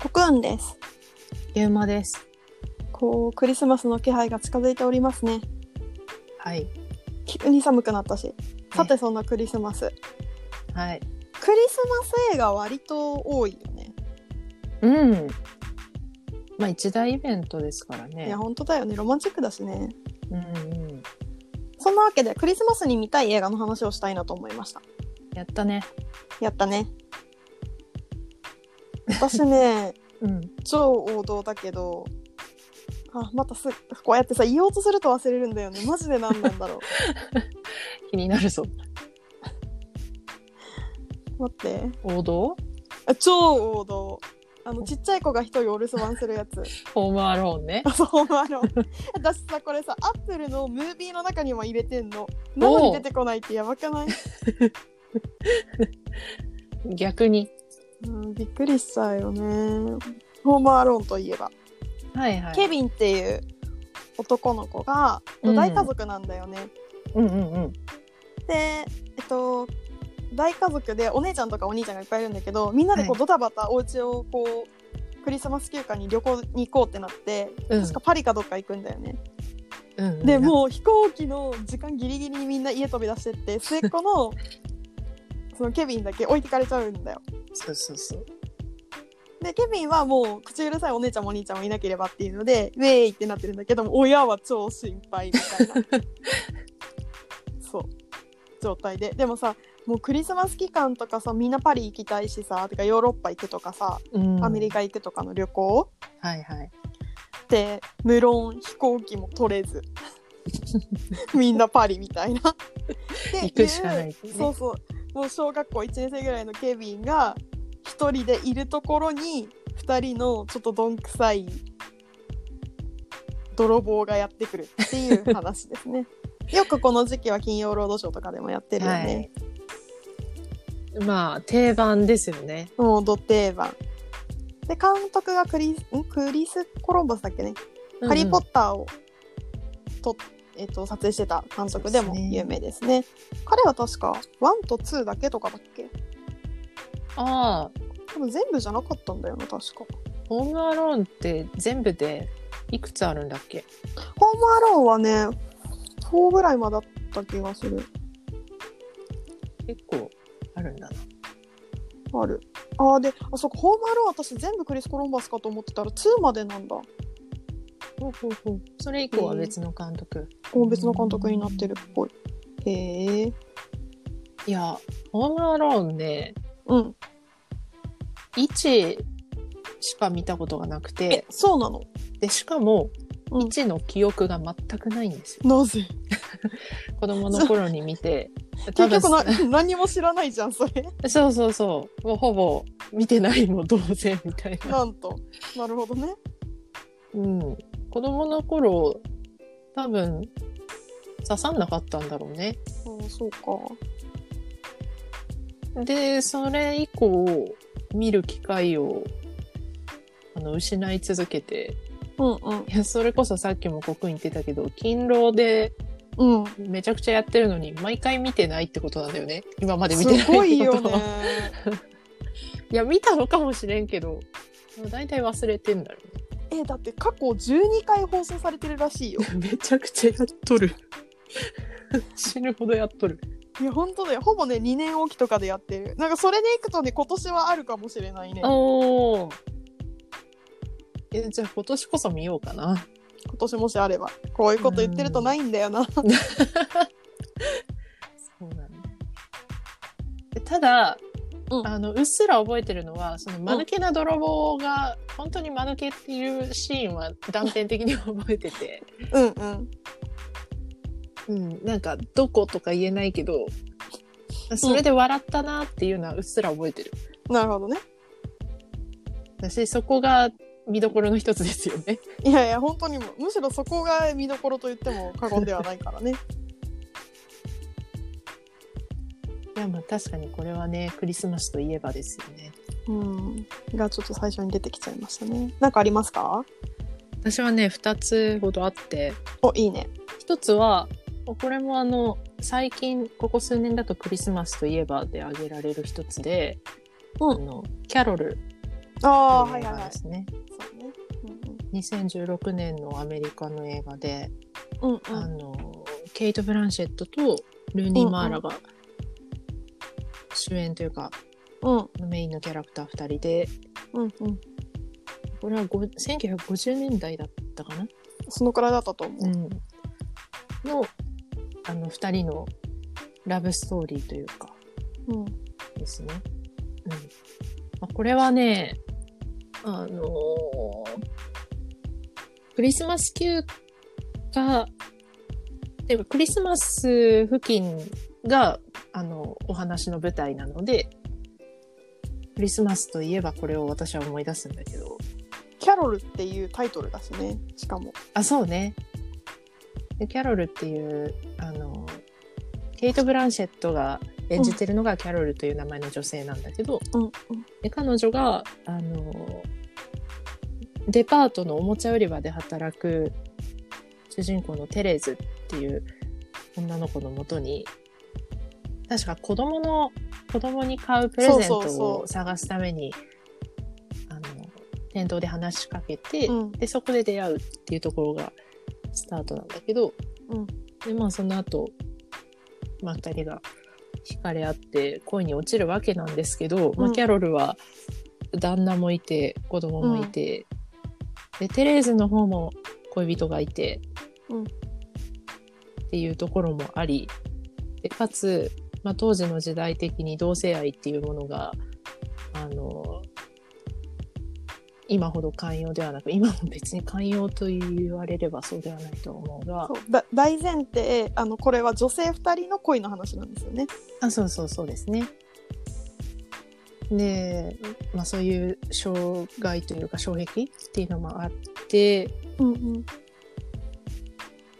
ーンです。現場です。こう、クリスマスの気配が近づいておりますね。はい。急に寒くなったし。さて、そんなクリスマス。はい。クリスマス映画割と多いよね。うん。まあ一大イベントですからね。いや、本当だよね。ロマンチックだしね。うんうん。そんなわけで、クリスマスに見たい映画の話をしたいなと思いました。やったね。やったね。私ね、うん。超王道だけど、あ、またす、こうやってさ、言おうとすると忘れるんだよね。マジで何なんだろう。気になるぞ。待って。王道あ超王道あのちっちゃい子が一人お留守番するやつホームアローンね。あ そうあの私さこれさアップルのムービーの中にも入れてんのなのに出てこないってやばくない、逆に。うん、びっくりしちゃうよねホームアローンといえば、はいはい。ケビンっていう男の子がうん大家族なんだよね、うんうんうん。でえっと大家族でお姉ちゃんとかお兄ちゃんがいっぱいいるんだけどみんなでこはういドタバタお家をこうクリスマス休暇に旅行に行こうってなって、うん確かパリかどっか行くんだよねうんうん、でもう飛行機の時間ギリギリにみんな家飛び出してって末っ子 のそのケビンだけ置いてかれちゃうんだよそうそうそう。でケビンはもう口うるさいお姉ちゃんもお兄ちゃんもいなければっていうのでウェーイってなってるんだけども親は超心配みたいな そう状態ででもさもうクリスマス期間とかさみんなパリ行きたいしさてかヨーロッパ行くとかさうんアメリ。カ行くとかの旅行はいはい。って無論飛行機も取れ ずみんなパリみたいな。で行くしかないですねそうそうもう小学校1年生ぐらいのケビンが一人でいるところに2人のちょっとどんくさい泥棒がやってくるっていう話です ね。よくこの時期は金曜ロードショーとかでもやってるよね。はい。まあ定番ですよね。もうド定番。で監督がクリスんクリス・コロンバスだっけねハリー・ポッターをと、えっと撮影してた監督でも有名ですね。彼は確か1と2だけとかだっけター。ああ、多分全部じゃなかったんだよな、確か。ホームアローンって全部でいくつあるんだっけホームアローンはね、4ぐらいまでだった気がする。結構あるんだな。ある。あーで、あ、そっか、ホームアローン私全部クリス・コロンバスかと思ってたら2までなんだ。ほうほうほう。それ以降は別の監督。もう別の監督になってるっぽい。へえ。いや、ホームアローンね、うん。 1しか見たことがなくえて、、そうなので、しかも、うん1の記憶が全くないんですよ。なぜ子供の頃に見て、多結分局な何も知らないじゃん、それ。そうそうそう、もうほぼ見てないも同然みたいな。なんと。なるほどね。うん。子供の頃、多分、刺さんなかったんだろうね。うん、そうか。で、それ以降、見る機会を、あの、失い続けて、うんうんいや、それこそさっきも国に言ってたけど、勤労でうん、めちゃくちゃやってるのに、毎回見てないってことなんだよね。今まで見てないっすてことごは。いよね。 いや、見たのかもしれんけど、だいたい忘れてんだろえだって過去12回放送されてるらしいよ。うね。 めちゃくちゃやっとる。 死ぬほどやっとる。いや本当だよほぼね2年おきとかでやってる。なんかそれでいくとね今年はあるかもしれないね。今おー。え、じゃあ今年こそ見ようかな。年もしあればこういうこと言ってるとないんだよな。そうだね。でただ、うんあのうっすら覚えてるのはその間抜けな泥棒が、本当に間抜けっていうシーンは断片的に覚えてて、うんうん。うん、なんかどことか言えないけどそれで笑ったなっていうのはうっすら覚えてる。なるほどね。だしそこが見どころの一つですよね。いやいや本当にもうむしろそこが見どころと言っても過言ではないからね。 いやまあ確かにこれはねクリスマスといえばですよね。 うん。がちょっと最初に出てきちゃいましたね。なんかありますか私はね2つほどあっておいいね。一つはこれもあの最近ここ数年だとクリスマスといえばで挙げられる一つで、うんあのキャロルああー、てはいいうはいは映画いで。すね。そうね。 2016年のアメリカの映画で、うんうん。うんあうん。のケイト・ブランシェットとルーニー・マーラが主演というか、うんメインのキャラクター2人でうんうん。これはご1950年代だったかな、そのくらいだったと思う。のあの2人のラブストーリーというかうん。ですね。うんまあ、これはね、あのークリスマス休暇、てかクリスマス付近が、あの、お話の舞台なので、クリスマスといえばこれを私は思い出すんだけど、キャロルっていうタイトルだしね。しかも。あ、そうね。でキャロルっていう、あの、ケイト・ブランシェットが演じてるのがキャロルという名前の女性なんだけど、うんうん。で彼女があのデパートのおもちゃ売り場で働く主人公のテレーズっていう女の子のもとに確か子供の子供に買うプレゼンそうそうそトをう探すためにあの店頭で話しかけて、うんでそこで出会うっていうところがスタートなんだけど、うんでまあその後、まあ、2人が惹かれ合って恋に落ちるわけなんですけど、まうあ、んキャロルは旦那もいて子供もいて、でテレーズの方も恋人がいて、うんっていうところもありでかつ、まあ、当時の時代的に同性愛っていうものがあの今ほど寛容ではなく今も別に寛容と言われればそうではないと思うがそうだ大前提あのこれは女性2人の恋の話なんですよね。あそうそうそうですね。で、まあ、そういう障害というか障壁っていうのもあってっうんうん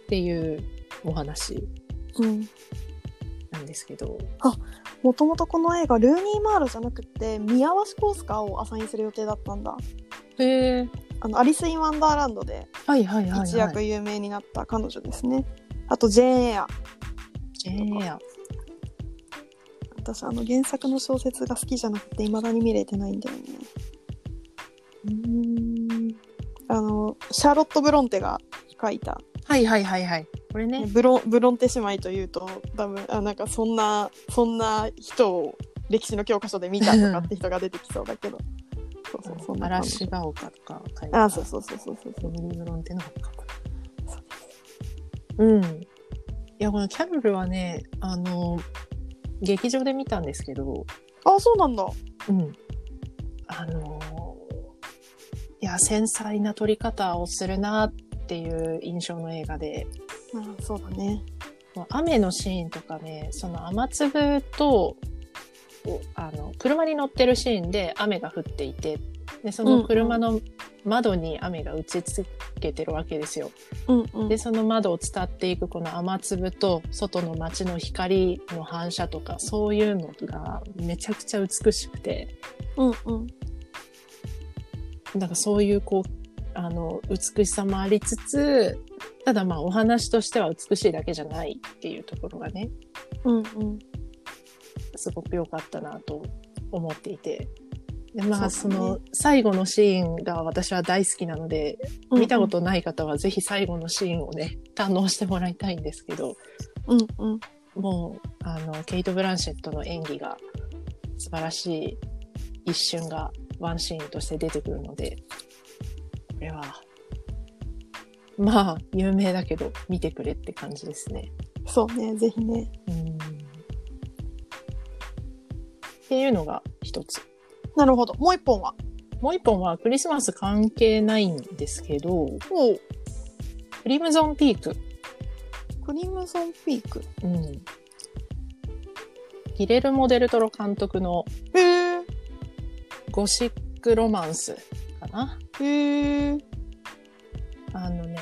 ていうお話うん、なんですけどもともとこの映画ルーニー・マールじゃなくて宮橋コースカーをアサインする予定だったんだへえあのアリス・イン・ワンダーランドではいはいはい、はい、一躍有名になった彼女ですね、あとジェーン・エアええや私あの原作の小説が好きじゃなくて未だに見れてないんだよねうんあのシャーロット・ブロンテが書いた、はいはいはいはいこれねブロンブロンテ姉妹というと多分あなんかそんなそんな人を歴史の教科書で見たとかって人が出てきそうだけ どそうそうそんな感じ嵐が丘とか書いあそうそうそうそうそうそうロブリー・ブロンテの発覚うんいやこのキャロルはねあの劇場で見たんですけどあそうなんだうんあのいや繊細な撮り方をするなっていう印象の映画であそうだねもう雨のシーンとかねその雨粒とおあの車に乗ってるシーンで雨が降っていてでその車の窓に雨が打ちつけてるわけですよ。うんうんでその窓を伝っていくこの雨粒と外の街の光の反射とかそういうのがめちゃくちゃ美しくてうんうんなんかそういうこうあの美しさもありつつただまあお話としては美しいだけじゃないっていうところがねうんうんすごく良かったなと思っていて。でまあそ,、そうだねの最後のシーンが私は大好きなので、見たことない方はぜひ最後のシーンをね堪能してもらいたいんですけど、うんうんもうあのケイト・ブランシェットの演技が素晴らしい一瞬がワンシーンとして出てくるのでこれはまあ有名だけど見てくれって感じですね。そうねぜひねうんっていうのが一つ。なるほどもう一本はもう一本はクリスマス関係ないんですけどおうクリムゾンピーククリムソンピークうん、ギレルモ・デルトロ監督のへえゴシック・ロマンスかなへえあのね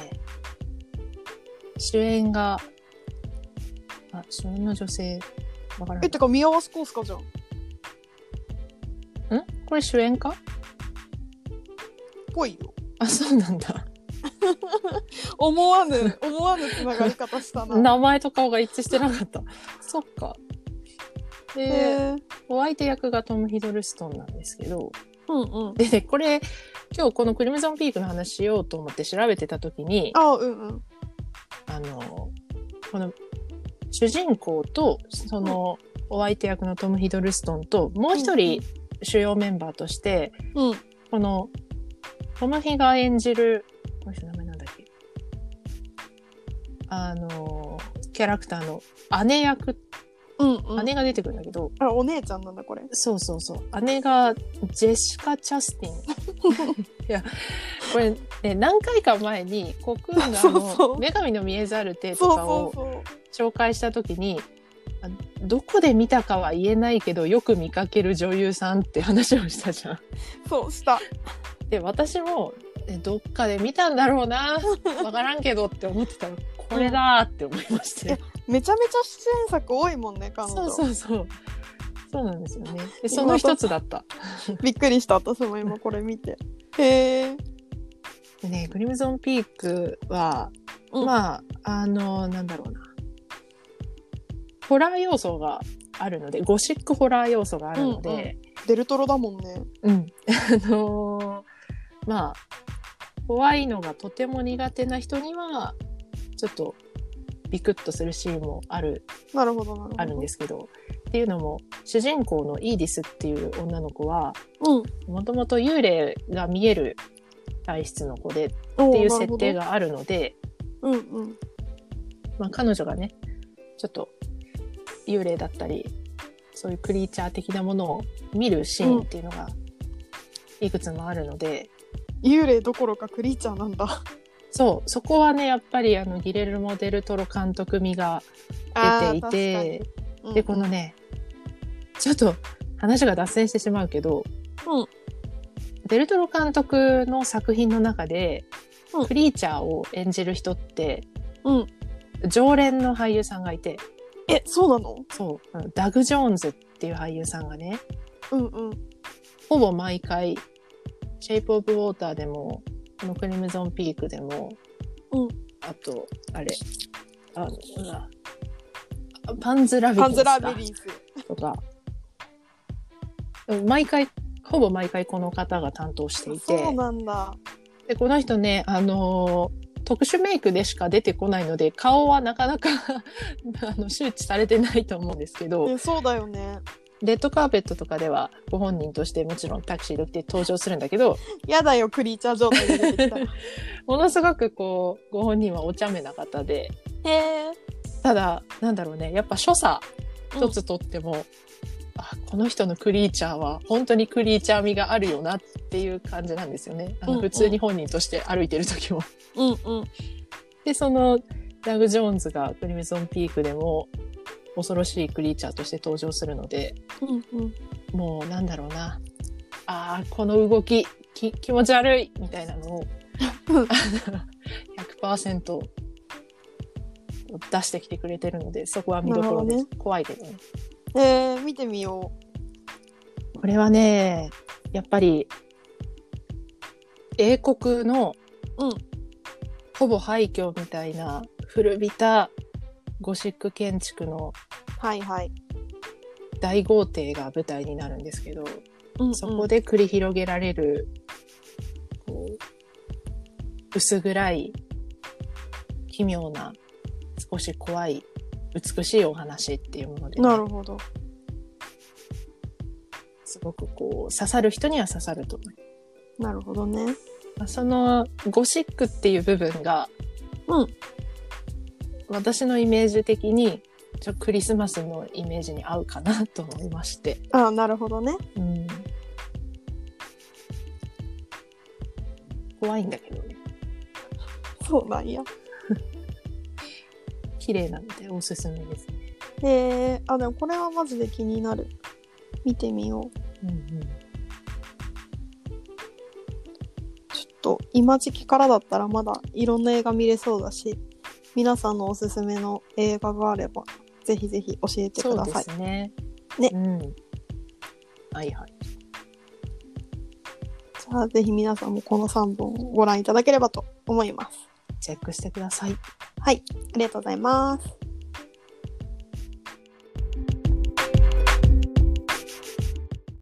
主演があ主演の女性わからなえいてか宮橋コースカじゃんんこれ主演かぽいよあそうなんだ 思わぬ思わぬつながり方した な名前と顔が一致してなかったそっかへでえお相手役がトム・ヒドルストンなんですけどうんうん。でねこれ今日このクリムゾンピークの話しようと思って調べてた時にあうんうん。あのこの主人公とそのお相手役のトム・ヒドルストンともう一人主要メンバーとして、うん。このトム・ヒが演じるこの人の名前なんだっけあのキャラクターの姉役、うんうん。姉が出てくるんだけど、あ、お姉ちゃんなんだ、これ。そうそうそう。姉がジェシカ・チャスティン。 いや、これね、何回か前に、コクーンがあそうその、う女神の見えざる手とそうかそうをそう。紹介したときに、あどこで見たかは言えないけど、よく見かける女優さんって話をしたじゃん。そう、した。で、私も、えどっかで見たんだろうな、わからんけどって思ってたら、これだーって思いましいやて。めちゃめちゃ出演作多いもんね、彼そ女。うそうそう。そうなんですよね。でその一つだった。びっくりした、私も今これ見て。へえ。でね、クリムゾンピークは、うんまあ、あの、なんだろうな。ホラー要素があるので、ゴシックホラー要素があるので、デルトロだもんね。うん、あのーまあ、怖いのがとても苦手な人には、ちょっと、ビクッとするシーンもある、なるほど、なるほど。あるんですけど、っていうのも、主人公のイーディスっていう女の子は、うん。もともと幽霊が見える体質の子でっおーていう設定。があるので、なるほどうんうん。まあ、彼女がねちょっと幽霊だったりそういうクリーチャー的なものを見るシーンっていうのがいくつもあるので、幽霊どころかクリーチャーなんだ。そうそこはねやっぱりあのギレルモ・デルトロ監督味が出ていてあーでこの、ねちょっと話が脱線してしまうけど、うんデルトロ監督の作品の中で、うんクリーチャーを演じる人って確かにうん。うん常連の俳優さんがいてえ、そうなのそうあのダグ・ジョーンズっていう俳優さんがねうんうん。ほぼ毎回、シェイプオブウォーターでも、このクリムゾンピークでも、うんあと、あれ、あの、ほらあパンズラビリパンズラビーリーズ。スとか、毎回、ほぼ毎回この方が担当していそうて、なんだ。でこの人ね、あのー特殊メイクでしか出てこないので、顔はなかなか あの周知されてないと思うんですけど、え、そうだよね。レッドカーペットとかではご本人としてもちろんタクシーで来て登場するんだけど、やだよ、クリーチャー状態で出て きたら。ものすごくこうご本人はお茶目な方でへえ。ただなんだろうねやっぱ所作うん一つとっても、あこの人のクリーチャーは本当にクリーチャー味があるよなっていう感じなんですよねあうんうんの普通に本人として歩いてる時も。 うんうん。でそのダグ・ジョーンズがクリムゾンピークでも恐ろしいクリーチャーとして登場するのでうんうん。もうなんだろうなあーこの動きき気持ち悪いみたいなのをうん100%出してきてくれてるのでそこは見どころなでるす、ほ怖いけどねえー、見てみよこれはねやっぱり英国の、うんほぼ廃墟みたいな古びたゴシック建築のう。はいはい。大豪邸が舞台になるんですけど、うん、うん。そこで繰り広げられる、こう、薄暗い、奇妙な、少し怖い、美しいお話っていうものでね、なるほど。すごくこう、刺さる人には刺さると思いまなるほどね。すまあその、ゴシックっていう部分が、うん私のイメージ的に、ちょクリスマスのイメージに合うかなと思いまして。あなるほどね。うん怖いんだけどね。そうなんや。綺麗なのでおすすめですね。へえ。あ、でもこれはマジで気になる。見てみよう。うんうん、ちょっと、今時期からだったらまだいろんな映画見れそうだし、皆さんのおすすめの映画があれば、ぜひぜひ教えてくそうだでさい。すね。ねうん。はいはい。じゃあ、ぜひ皆さんもこの3本をご覧いただければと思います。チェックしてください。ありがとうございます。